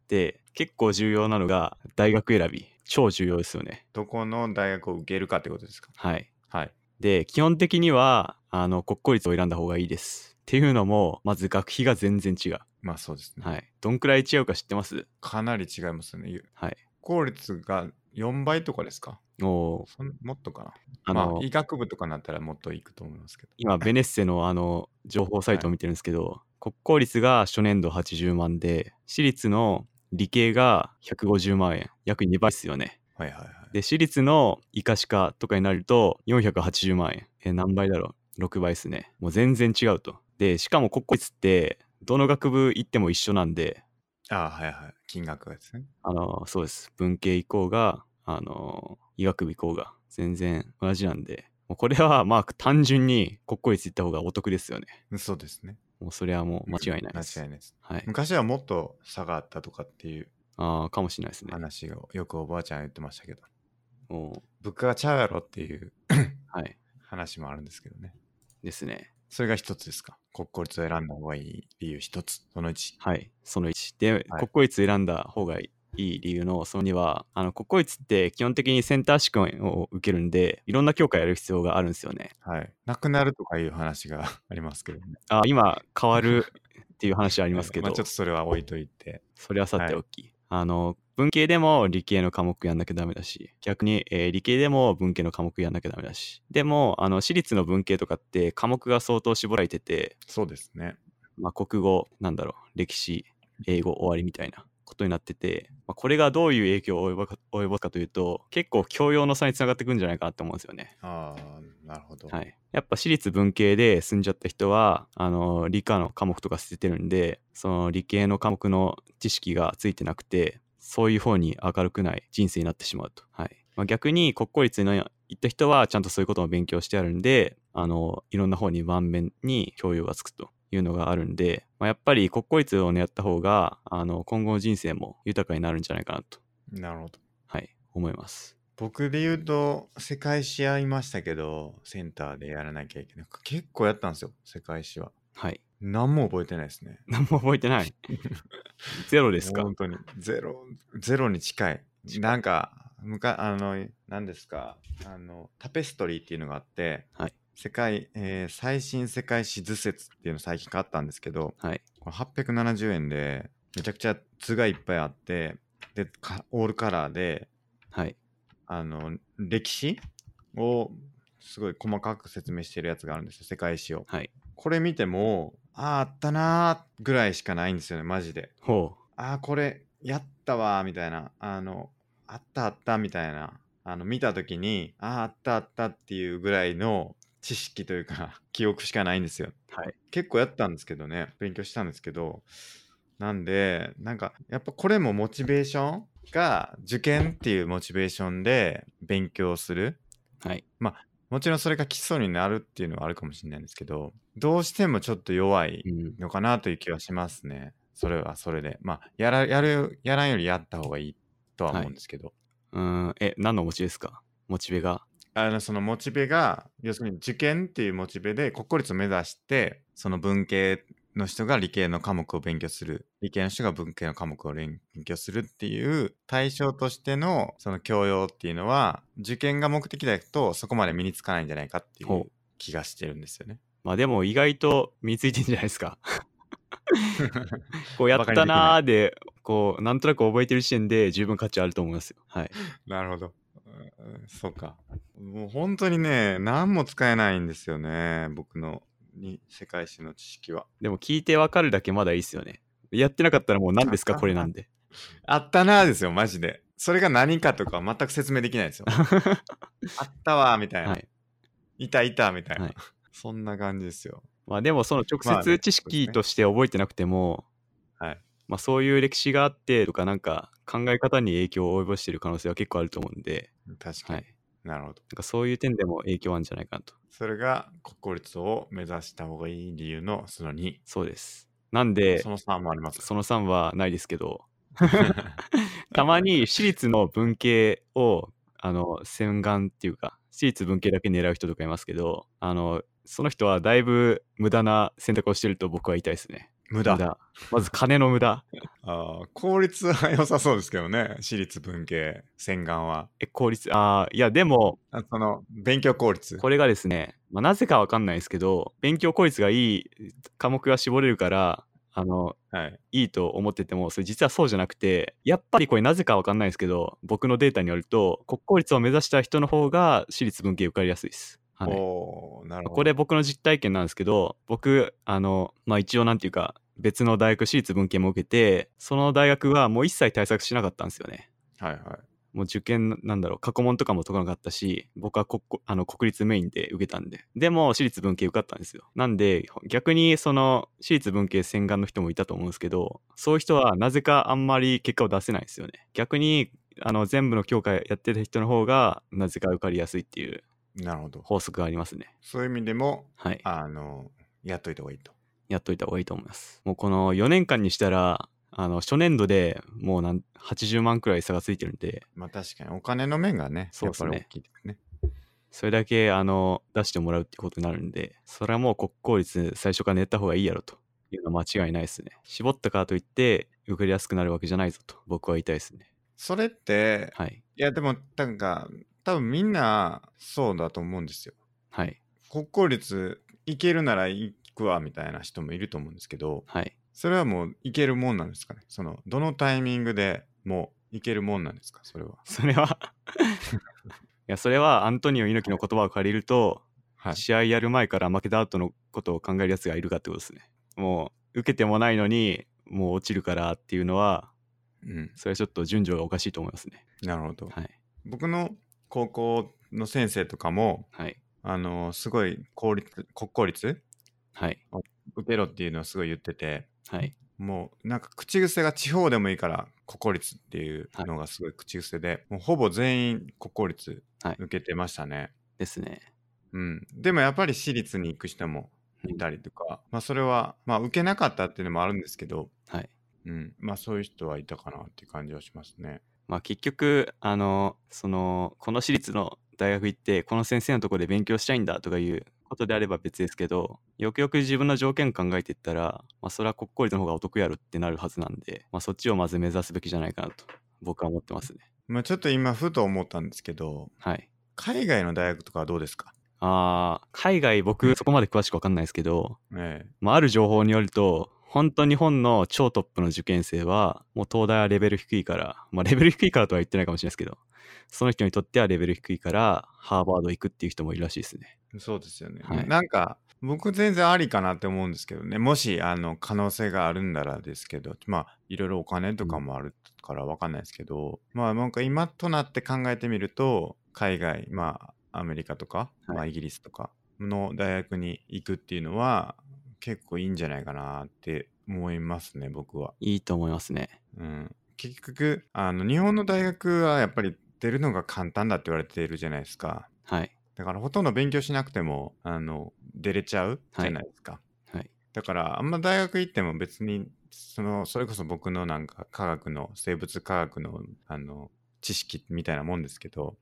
B: で、結構重要なのが大学選び。超重要ですよね。
A: どこの大学を受けるかってことですか。
B: はい。
A: はい。
B: で、基本的には、あの、国公立を選んだ方がいいです。っていうのも、まず学費が全然違う。
A: まあそうですね。
B: はい。どんくらい違うか知ってます
A: かなり違いますよね。
B: はい。
A: 効率が4倍とかですか
B: おー
A: そんもっとかな。
B: あ
A: ま
B: の、
A: あ、医学部とかになったらもっといくと思いますけど。
B: 今、ベネッセのあの情報サイトを見てるんですけど、国公立が初年度80万で、私立の理系が150万円、約2倍ですよね。
A: はいはいはい。
B: で、私立の医科歯科とかになると480万円。え、何倍だろう ?6 倍ですね。もう全然違うと。で、しかも国公立って、どの学部行っても一緒なんで、
A: ああ、はいはい。金額がですね。
B: あの、そうです。文系以降が、あの、医学部以降が全然同じなんで、もうこれはまあ単純に国公立行った方がお得ですよね。
A: そうですね。
B: もうそれはもう間違いな
A: 間
B: いで
A: 違
B: す。
A: いないです。
B: はい。
A: 昔はもっと差があったとかっていう
B: ああ、かもしれないですね。
A: 話をよくおばあちゃんは言ってましたけど、
B: お
A: 物価がちゃうやろっていう
B: はい。
A: 話もあるんですけどね。
B: ですね。
A: それが一つですか。国公立を選んだ方がいい理由一つ。その一。
B: はい。その1。で、
A: はい
B: 国公立選んだ方がいい理由のその2は、あの、国公立って基本的にセンター試験を受けるんで、いろんな教科やる必要があるんですよね。
A: はい。なくなるとかいう話が ありますけどね。
B: あ今、変わるっていう話あ
A: あ
B: りますけど
A: まあ、ちょっとそれは置いといて。
B: それはさておき。あの、文系でも理系の科目やんなきゃダメだし、逆に、えー理系でも文系の科目やんなきゃダメだし。でも、あの、私立の文系とかって科目が相当絞られてて、
A: そうですね。
B: まあ、国語なんだろう歴史英語終わりみたいなことになってて、まあ、これがどういう影響を及ぼか及ぼすかというと結構教養の差につながってくんじゃないかなって思うんですよね。
A: ああ、なるほど。
B: はい、やっぱ私立文系で済んじゃった人はあの理科の科目とか捨ててるんでその理系の科目の知識がついてなくてそういう方に明るくない人生になってしまうと、はいまあ、逆に国公立の行った人はちゃんとそういうことも勉強してあるんであのいろんな方に満面に教養がつくというのがあるんで、まあ、やっぱり国公立を狙った方があの今後の人生も豊かになるんじゃないかなと、
A: なるほど。
B: はい、思います。
A: 僕で言うと、世界史やりましたけど、センターでやらなきゃいけない。結構やったんですよ、世界史は。
B: はい、
A: 何も覚えてないですね。
B: 何も覚えてないゼロですか
A: 本当に。ゼロ、ゼロに近い。なんか、むかあの、何ですか、あの、タペストリーっていうのがあって、
B: はい
A: 世界、えー最新世界史図説っていうの最近買ったんですけど、
B: はい
A: これ870円で、めちゃくちゃ図がいっぱいあって、で、かオールカラーで、
B: はい
A: あの、歴史をすごい細かく説明してるやつがあるんですよ、世界史を。
B: はい
A: これ見ても、ああ、あったなーぐらいしかないんですよね、マジで。
B: ほう
A: ああ、これ、やったわー、みたいな。あの、あったあった、みたいな。あの、見たときに、ああ、あったあったっていうぐらいの知識というか、 記憶しかないんですよ。
B: はい
A: 結構やったんですけどね、勉強したんですけど、なんで、なんか、やっぱこれもモチベーションが、受験っていうモチベーションで勉強する。
B: はい
A: もちろんそれが基礎になるっていうのはあるかもしれないんですけど、どうしてもちょっと弱い
B: うん
A: のかなという気はしますね。それはそれで。まあ、やら、やる、やらんよりやった方がいいとは思うんですけど。
B: うーん、え、何のモチベですかモチベが。
A: あの、そのモチベが、要するに受験っていうモチベで国公立を目指して、その文系の人が理系の科目を勉強する、理系の人が文系の科目を勉強するっていう対象としての、その教養っていうのは、受験が目的だとそこまで身につかないんじゃないかってい
B: ほ
A: う
B: う
A: 気がしてるんですよね。
B: まあでも意外と身についてんじゃないですか。こうやったなーで、こう、なんとなく覚えてる時点で十分価値あると思いますよ。はい。
A: なるほど。うんそうか。もう本当にね、何も使えないんですよね、僕のに世界史の知識は。
B: でも聞いてわかるだけまだいいですよね。やってなかったらもう何ですかこれなんで。
A: あったなーですよ、マジで。それが何かとか全く説明でき ないですよ。あったわーみたいな。、
B: はいい。
A: たいたみたいな。
B: はい
A: そんな感じですよ。
B: まあでもその直
A: まあね
B: 接知識として覚えてなくても、
A: はい。
B: まあそういう歴史があってとかなんか考え方に影響を及ぼしてる可能性は結構あると思うんで、
A: 確か
B: は
A: に。
B: い。
A: なるほど。
B: なんかそういう点でも影響あるんじゃないかなと。
A: それが国公立を目指した方がいい理由のその2。
B: そうです。なんで、
A: その3もあります。
B: その3はないですけど、たまに私立の文系をあの洗顔っていうか私立文系だけ狙う人とかいますけどあのその人はだいぶ無駄な選択をしてると僕は言いたいですね
A: 無駄。
B: まず金の無駄
A: あー効率は良さそうですけどね、私立文系、洗顔は。
B: え効率あーいやでも
A: あその勉強効率。
B: これがですね、まあ、なぜかわかんないですけど勉強効率がいい科目が絞れるからあの、
A: はい。
B: いいと思っててもそれ実はそうじゃなくてやっぱりこれなぜかわかんないですけど僕のデータによると国公立を目指した人の方が私立文系受かりやすいです。はい、
A: おーなるほど。
B: これ僕の実体験なんですけど僕あのまあ一応なんていうか別の大学私立文系も受けてその大学はもう一切対策しなかったんですよね
A: はいは
B: もう受験なんだろう過去問とかも解かなかったし僕は国公あの国立メインで受けたんででも私立文系受かったんですよなんで逆にその私立文系洗顔の人もいたと思うんですけどそういう人はなぜかあんまり結果を出せないんですよね逆にあの全部の教科やってた人の方がなぜか受かりやすいっていう
A: い。なるほど。
B: 法則がありますね
A: そういう意味でも、
B: はい
A: あの、やっといた方がいいと。
B: やっといた方がいいと思います。もうこの4年間にしたら、あの初年度でもうなん80万くらい差がついてるんで、
A: まあ確かにお金の面がね、
B: そうっす
A: や
B: ね
A: っぱり大きいですね。
B: それだけあの出してもらうってことになるんで、それはもう国公立最初から寝た方がいいやろというのは間違いないですね。絞ったからといって受かりやすくなるわけじゃないぞと僕は言いたいですね。
A: それって、
B: はい。
A: いやでもなんか多分みんなそうだと思うんですよ。
B: はい。
A: 国公立行けるなら行くわみたいな人もいると思うんですけど
B: はい。
A: それはもう行けるもんなんですかねそのどのタイミングでもう行けるもんなんですかそれは。
B: それはいやそれはアントニオ猪木の言葉を借りると、
A: はい、
B: 試合やる前から負けた後のことを考えるやつがいるかってことですね。もう受けてもないのにもう落ちるからっていうのは
A: うん、
B: それはちょっと順序がおかしいと思いますね。
A: なるほど。
B: はい
A: 僕の高校の先生とかも
B: はい
A: あのすごい公立国公立
B: はい
A: 受けろっていうのをすごい言ってて
B: はい
A: もうなんか口癖が地方でもいいから国公立っていうのがすごい口癖で、もうほぼ全員国公立
B: はい
A: 受けてましたね。
B: ですね。
A: うん、でもやっぱり私立に行く人もいたりとか、まあそれは、まあ、受けなかったっていうのもあるんですけど、
B: はい。
A: うん、まあそういう人はいたかなっていう感じはしますね。
B: まあ結局あのそのこの私立の大学行ってこの先生のところで勉強したいんだとかいうことであれば別ですけどよくよく自分の条件考えていったら、まあ、それは国公立の方がお得やろってなるはずなんで、まあ、そっちをまず目指すべきじゃないかなと僕は思ってますね。
A: まあ、ちょっと今ふと思ったんですけど
B: はい
A: 海外の大学とかはどうですか、
B: あー海外僕そこまで詳しく分かんないですけど、
A: ええ、
B: まあ、ある情報によると本当日本の超トップの受験生はもう東大はレベル低いから、まあ、レベル低いからとは言ってないかもしれないですけどその人にとってはレベル低いからハーバード行くっていう人もいるらしいですね
A: そうですよね。
B: はい
A: なんか僕全然ありかなって思うんですけどねもしあの可能性があるんならですけどまあいろいろお金とかもあるからわかんないですけど、まあなんか今となって考えてみると海外まあアメリカとか、
B: はい
A: まあ、イギリスとかの大学に行くっていうのは結構いいんじゃないかなって思いますね僕は。
B: いいと思いますね
A: うん、結局あの日本の大学はやっぱり出るのが簡単だって言われているじゃないですか。
B: はい
A: だからほとんど勉強しなくてもあの出れちゃうじゃないですか、
B: はい
A: だからあんま大学行っても別にそのそれこそ僕のなんか科学の生物科学のあの知識みたいなもんですけど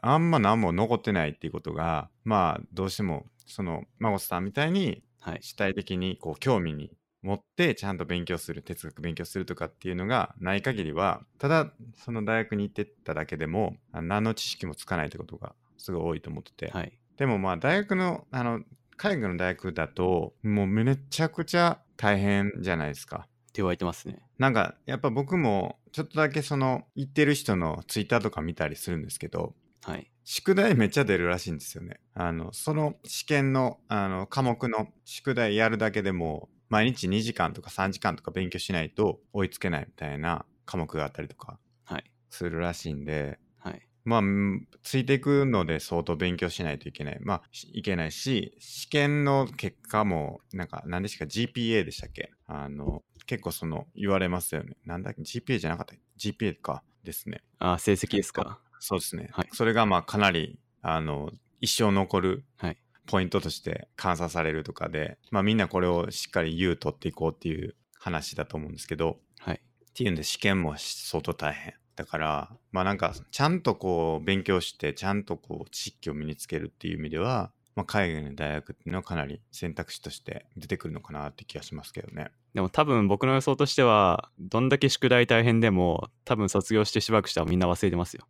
A: あんま何も残ってないっていうことがまあどうしてもその孫さんみたいに
B: はい
A: 主体的にこう興味に持ってちゃんと勉強する哲学勉強するとかっていうのがない限りはただその大学に行ってっただけでもあ何の知識もつかないってことがすごい多いと思ってて、
B: はい
A: でもまあ大学のあの海外の大学だともうめちゃくちゃ大変じゃないですか。
B: って言われてますね
A: なんかやっぱ僕もちょっとだけその行ってる人のツイッターとか見たりするんですけど
B: はい
A: 宿題めっちゃ出るらしいんですよね。あのその試験のあの科目の宿題やるだけでも毎日2時間とか3時間とか勉強しないと追いつけないみたいな科目があったりとか
B: はい
A: するらしいんで
B: はい
A: まあ、うんついていくので相当勉強しないといけない。まあ、しいけないし、試験の結果も、なんか、何でしたか、GPA でしたっけあの、結構その、言われますよね。なんだっけ、GPA じゃなかった ?GPA か、ですね。
B: あー成績ですか
A: そうですね。
B: はい
A: それが、まあ、かなり、あの、一生残る
B: はい
A: ポイントとして換算されるとかで、まあ、みんなこれをしっかり言う取っていこうっていう話だと思うんですけど、
B: はい
A: っていうんで試験も相当大変だからまあなんかちゃんとこう勉強してちゃんとこう知識を身につけるっていう意味では、まあ、海外の大学っていうのはかなり選択肢として出てくるのかなって気がしますけどね。
B: でも多分僕の予想としてはどんだけ宿題大変でも多分卒業してしばらくしたらみんな忘れてますよ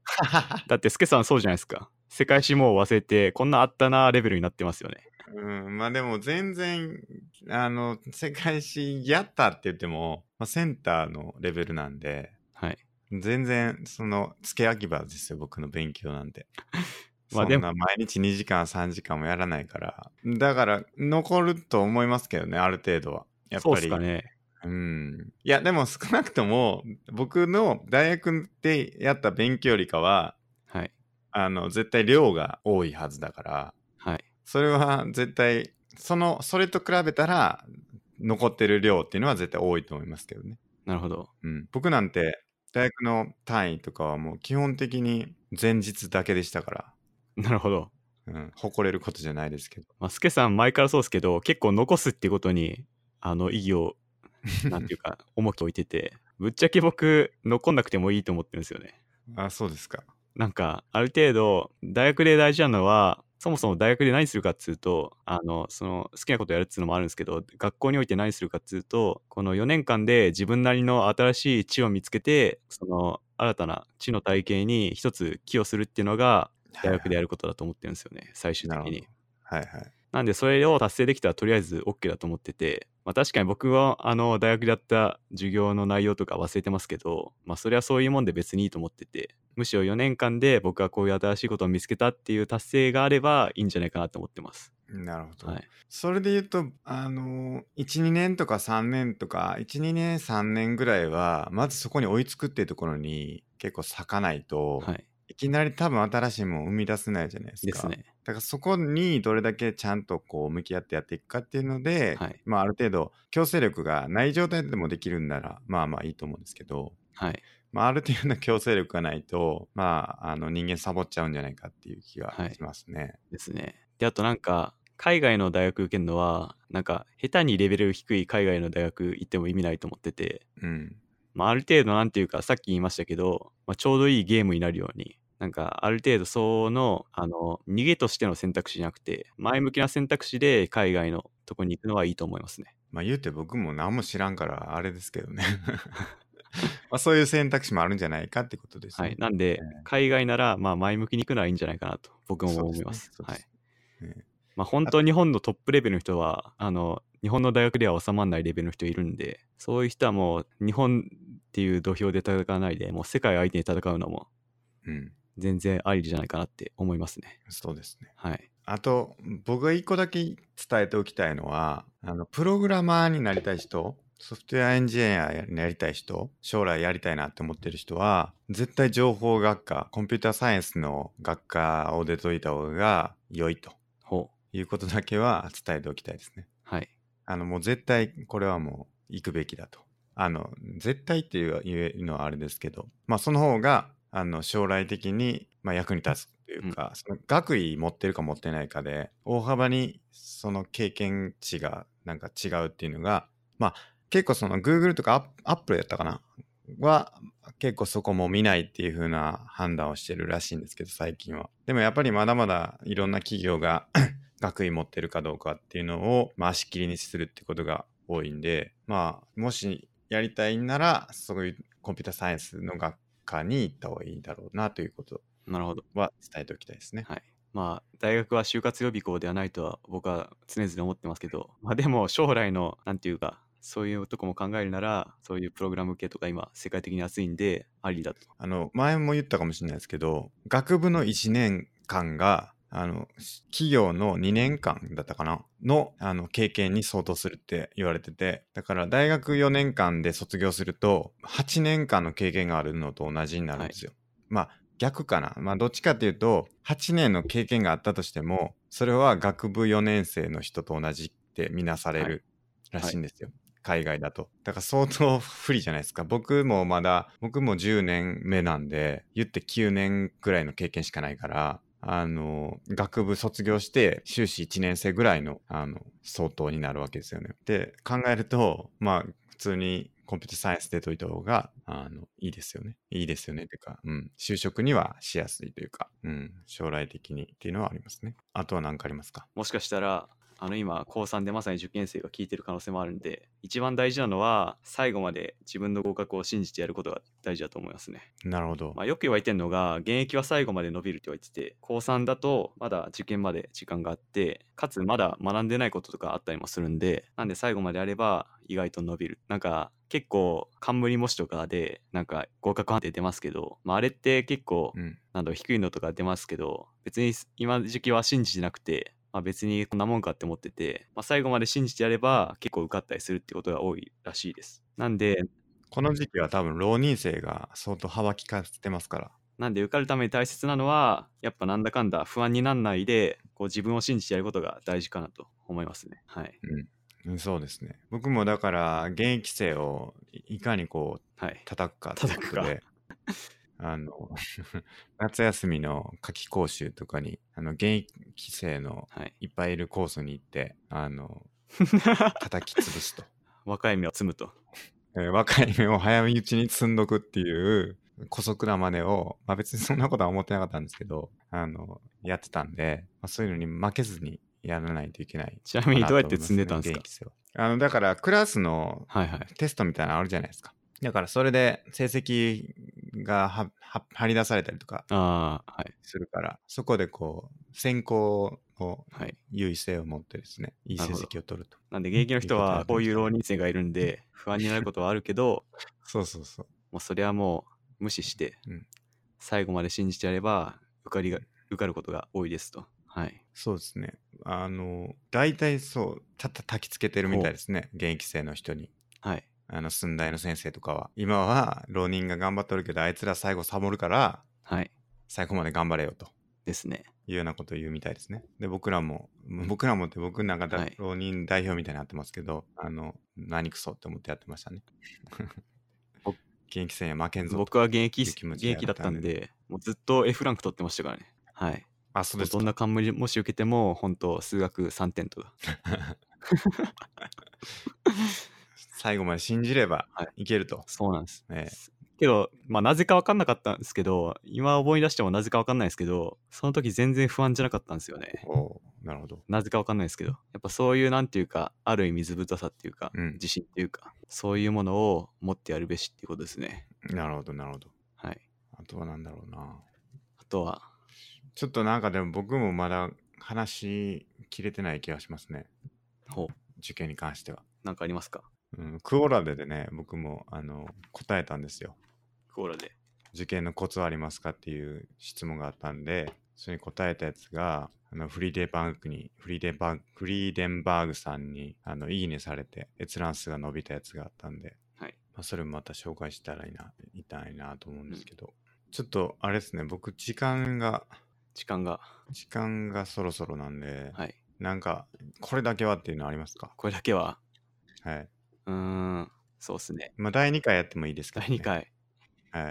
B: だってスケさんそうじゃないですか世界史もう忘れてこんなあったなレベルになってますよね
A: うん、まあでも全然、あの、世界史やったって言っても、まあ、センターのレベルなんで、
B: はい。
A: 全然、その、付け焼き場ですよ、僕の勉強なんて。 ま
B: ま
A: あ
B: あで
A: で
B: も
A: も毎日2時間3時間もやらないからだから残ると思いますけどねある程度はやっぱ
B: そう
A: り
B: っすかね。
A: うんいやでも少なくとも僕の大学でやった勉強よりかは
B: はい。
A: あの絶対量が多いはずだから
B: はい。
A: それは絶対そのそれと比べたら残ってる量っていうのは絶対多いと思いますけどね、
B: なるほど。
A: うん、僕なんて大学の単位とかはもう基本的に前日だけでしたか
B: なるほど。
A: ら、うん、誇れることじゃないですけど
B: まあ、スケさん、前からそうですけど、結構残すっていうことに、あの、意義を、なんていうか、重きを置いてて、ぶっちゃけ僕、残んなくてもいいと思ってるんですよね。
A: あそうですか
B: なんか、ある程度、大学で大事なのは、そもそも大学で何するかっつうと、あの、その、好きなことやるっつうのもあるんですけど、学校において何するかっつうと、この4年間で自分なりの新しい知を見つけて、その、新たな知の体系に一つ寄与するっていうのが、大学でやることだと思ってるんですよね、最終的
A: なるほ
B: に
A: ど。はいはい
B: なんで、それを達成できたらとりあえず OK だと思ってて、まあ、確かに僕はあの大学でやった授業の内容とか忘れてますけど、まあ、それはそういうもんで別にいいと思ってて、むしろ4年間で僕はこういう新しいことを見つけたっていう達成があればいいんじゃないかなと思ってます。
A: なるほど、
B: はい、
A: それで言うとあの12年とか3年とか12年3年ぐらいはまずそこに追いつくっていうところに結構咲かないと、
B: はい、
A: い、きなり多分新しいものを生み出せないじゃないですか
B: ですね。
A: だからそこにどれだけちゃんとこう向き合ってやっていくかっていうので、
B: はい
A: まあ、ある程度強制力がない状態でもできるんならまあまあいいと思うんですけど、
B: はい、
A: まあ、ある程度の強制力がないと、まあ、あの人間サボっちゃうんじゃないかっていう気が
B: はい
A: しますね。
B: ですね。で、あとなんか、海外の大学受けるのは、なんか、下手にレベル低い海外の大学行っても意味ないと思ってて、
A: うん
B: まあ、ある程度なんていうかさっき言いましたけど、まあ、ちょうどいいゲームになるようになんかある程度そのあの逃げとしての選択肢じゃなくて前向きな選択肢で海外のとこに行くのはいいと思いますね。
A: まあ言うて僕も何も知らんからあれですけど ね。まあそういう選択肢もあるんじゃないかってことですね。
B: はい、なんで海外ならまあ前向きに行くのはいいんじゃないかなと僕も思います。
A: そう
B: は
A: で
B: い
A: すね。そうですね
B: まあ、本当日本のトップレベルの人はあの日本の大学では収まらないレベルの人いるんでそういう人はもう日本っていう土俵で戦わないでもう世界相手に戦うのも
A: うん、
B: 全然ありじゃないかなって思いますね。
A: そうですね。
B: はい
A: あと、僕が一個だけ伝えておきたいのは、あの、プログラマーになりたい人、ソフトウェアエンジニアになりたい人、将来やりたいなって思ってる人は、絶対情報学科、コンピューターサイエンスの学科を出といた方が良いと
B: ほう
A: いうことだけは伝えておきたいですね。
B: はい
A: あの、もう絶対、これはもう行くべきだと。あの、絶対っていう言うのはあれですけど、まあ、その方が、あの、将来的に、まあ、役に立つというか、その学位持ってるか持ってないかで、大幅にその経験値がなんか違うっていうのが、まあ、結構その Google とか App- Apple やったかなは、結構そこも見ないっていう風な判断をしてるらしいんですけど、最近は。でもやっぱりまだまだいろんな企業が学位持ってるかどうかっていうのを、まあ、足切りにするってことが多いんで、まあ、もしやりたいんなら、そういうコンピュータサイエンスの学科に行った方がいいだろうなということ
B: なるほど。
A: は伝えておきたいですね。
B: はい。まあ、大学は就活予備校ではないとは僕は常々思ってますけど、 まあでも将来の、なんていうか、そういうとこも考えるなら、そういうプログラム系とか今、世界的に熱いんで、ありだと。
A: あの、前も言ったかもしれないですけど、学部の1年間が、あの、企業の2年間だったかなの、あの、経験に相当するって言われてて、だから大学4年間で卒業すると、8年間の経験があるのと同じになるんですよ。まあ、逆かな。まあ、どっちかっていうと、8年の経験があったとしても、それは学部4年生の人と同じってみなされるらしいんですよ。海外だと。だから相当不利じゃないですか。僕もまだ、僕も10年目なんで、言って9年ぐらいの経験しかないから、あの、学部卒業して、修士1年生ぐらいの、あの、相当になるわけですよね。で、考えると、まあ、普通にコンピュータサイエンス出といた方が、あの、いいですよね。いいですよね。というか、うん。就職にはしやすいというか、うん。将来的にっていうのはありますね。あとは何かありますか
B: もしかしたら、あの今高3でまさに受験生が聞いてる可能性もあるんで一番大事なのは最後まで自分の合格を信じてやることが大事だと思いますね。
A: なるほど
B: ま。あ、よく言われてるのが現役は最後まで伸びるって言われてて高3だとまだ受験まで時間があってかつまだ学んでないこととかあったりもするんでなんで最後までやれば意外と伸びるなんか結構冠模試とかでなんか合格判定出ますけど、まあ、あれって結構
A: うん。
B: なんだろう低いのとか出ますけど別に今時期は信じてなくて、まあ、別にこんなもんかって思ってて、まあ、最後まで信じてやれば結構受かったりするってことが多いらしいですなんで
A: この時期は多分浪人生が相当幅利かせてますから。
B: なんで受かるために大切なのはやっぱなんだかんだ不安になんないでこう自分を信じてやることが大事かなと思いますねはい
A: うん、そうですね。僕もだから現役生をいいかにこう
B: はい
A: 叩くかって
B: 叩
A: こ
B: く
A: と
B: か
A: で。あの 夏休みの夏季講習とかにあの現役生の
B: はい
A: いっぱいいるコースに行ってあの叩き潰す と、
B: 若い芽を摘むと
A: えー若い芽を早いうちに積んどくっていう姑息な真似を、まあ、別にそんなことは思ってなかったんですけどあのやってたんで、まあ、そういうのに負けずにやらないといけない
B: ちなみにどうやって積んでたんです
A: 現
B: か
A: 役生はあのだからクラスの
B: はいはい
A: テストみたいなのあるじゃないですか。だからそれで成績がはは張り出されたりとか
B: ああはい
A: するから、そこでこう、先行を
B: はい
A: 優位性を持ってですね、いい
B: な
A: 成
B: るほど
A: 績を取ると。
B: なんで現役の人はこういう浪人生がいるんで不安になることはあるけど
A: そうそうそう。
B: もうそれはもう無視して、
A: うん
B: 最後まで信じてやれば受かりが受かることが多いですと。はい。
A: そうですね。あの、大体そう、たた焚きつけてるみたいですね、現役生の人に。
B: はい。
A: あの、寸大の先生とかは。今は浪人が頑張っとるけど、あいつら最後サボるから、
B: はい。
A: 最後まで頑張れよと。
B: ですね。
A: いうようなことを言うみたいですね。で、僕らも、僕らもって僕なんかだ
B: はい
A: 浪人代表みたいになってますけど、あの、何くそって思ってやってましたね
B: 僕。
A: 現役生には負けんぞと。
B: 僕は現役
A: いう気持
B: 現
A: ちが
B: 役だったんで、もうずっと F ランク取ってましたからね。はい。
A: あ、そうです
B: どんな冠もし受けても、本当数学3点とか。
A: 最後まで信じれば
B: はい
A: けると。
B: そうなんです。
A: ええ
B: けど、まあ、なぜか分かんなかったんですけど、今思い出してもなぜか分かんないですけど、その時全然不安じゃなかったんですよね。
A: おうなるほど。
B: なぜか分かんないですけど、やっぱそういう、なんていうか、ある意味ずぶたさっていうか、
A: うん
B: 自信っていうか、そういうものを持ってやるべしっていうことですね。
A: なるほど、なるほど。
B: はい。
A: あとはなんだろうな。
B: あとは、
A: ちょっとなんかでも僕もまだ話切れてない気がしますね。
B: ほう、
A: 受験に関しては。
B: なんかありますか
A: うん、クオラデでね、僕もあの答えたんですよ。
B: コーラで。
A: 受験のコツはありますかっていう質問があったんでそれに答えたやつがあのフリーデンバーグにフリーデンバーグフリーデンバーグさんにあのいいねされて閲覧数が伸びたやつがあったんで、
B: はい
A: まあ、それもまた紹介したらいいないたいなと思うんですけど、ちょっとあれですね僕時間が
B: 時間が、
A: 時間がそろそろなんで、
B: はい。
A: なんかこれだけはっていうのありますか
B: これだけは、
A: はい、
B: うーん、そうっすね。
A: まあ、第2回やってもいいですけど、
B: 第
A: ね、
B: 2回、
A: は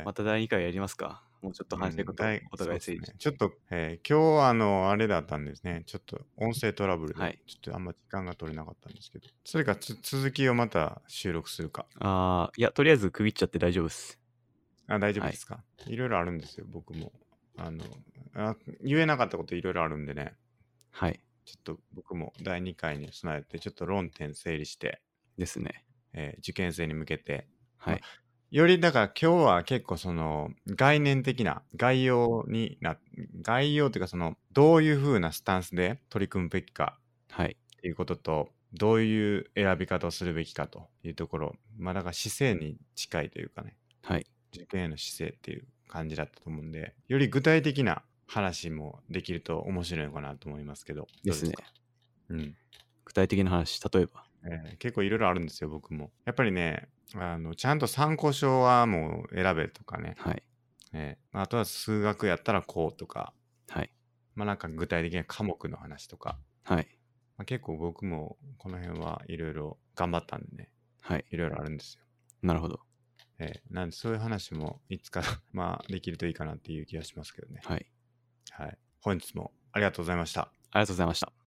A: い
B: また第2回やりますかもうちょっと話したいこと、
A: うん大
B: お互い
A: そうで
B: 整理し
A: す
B: て
A: ね、ちょっと、えー今日はあの、あれだったんですね。ちょっと音声トラブルで、
B: はい
A: ちょっとあんま時間が取れなかったんですけど、それかつ続きをまた収録するか。
B: ああ、いや、とりあえず区切っちゃって大丈夫っす。
A: あ大丈夫ですか、い、ろいろあるんですよ、僕も。あの、あ言えなかったこといろいろあるんでね、
B: はい。
A: ちょっと僕も第2回に備えて、ちょっと論点整理して、
B: ですね。
A: えー受験生に向けて、
B: はい。
A: よりだから今日は結構その概念的な概要にな概要というかそのどういうふうなスタンスで取り組むべきか
B: はい。
A: っていうこととどういう選び方をするべきかというところまあだから姿勢に近いというかね
B: はい。
A: 受験への姿勢っていう感じだったと思うんでより具体的な話もできると面白いのかなと思いますけどどう
B: ですね
A: かうん
B: 具体的な話、例えば。
A: えー結構いろいろあるんですよ僕もやっぱりねあのちゃんと参考書はもう選べとかね
B: はい。
A: ええまあ、あとは数学やったらこうとか、
B: はい。
A: まあなんか具体的な科目の話とか、
B: はい。
A: まあ、結構僕もこの辺はいろいろ頑張ったんでね、
B: はい。
A: いろいろあるんですよ。
B: なるほど。
A: ええなんでそういう話もいつか まあできるといいかなっていう気がしますけどね。
B: はい。
A: はい。本日もありがとうございました。
B: ありがとうございました。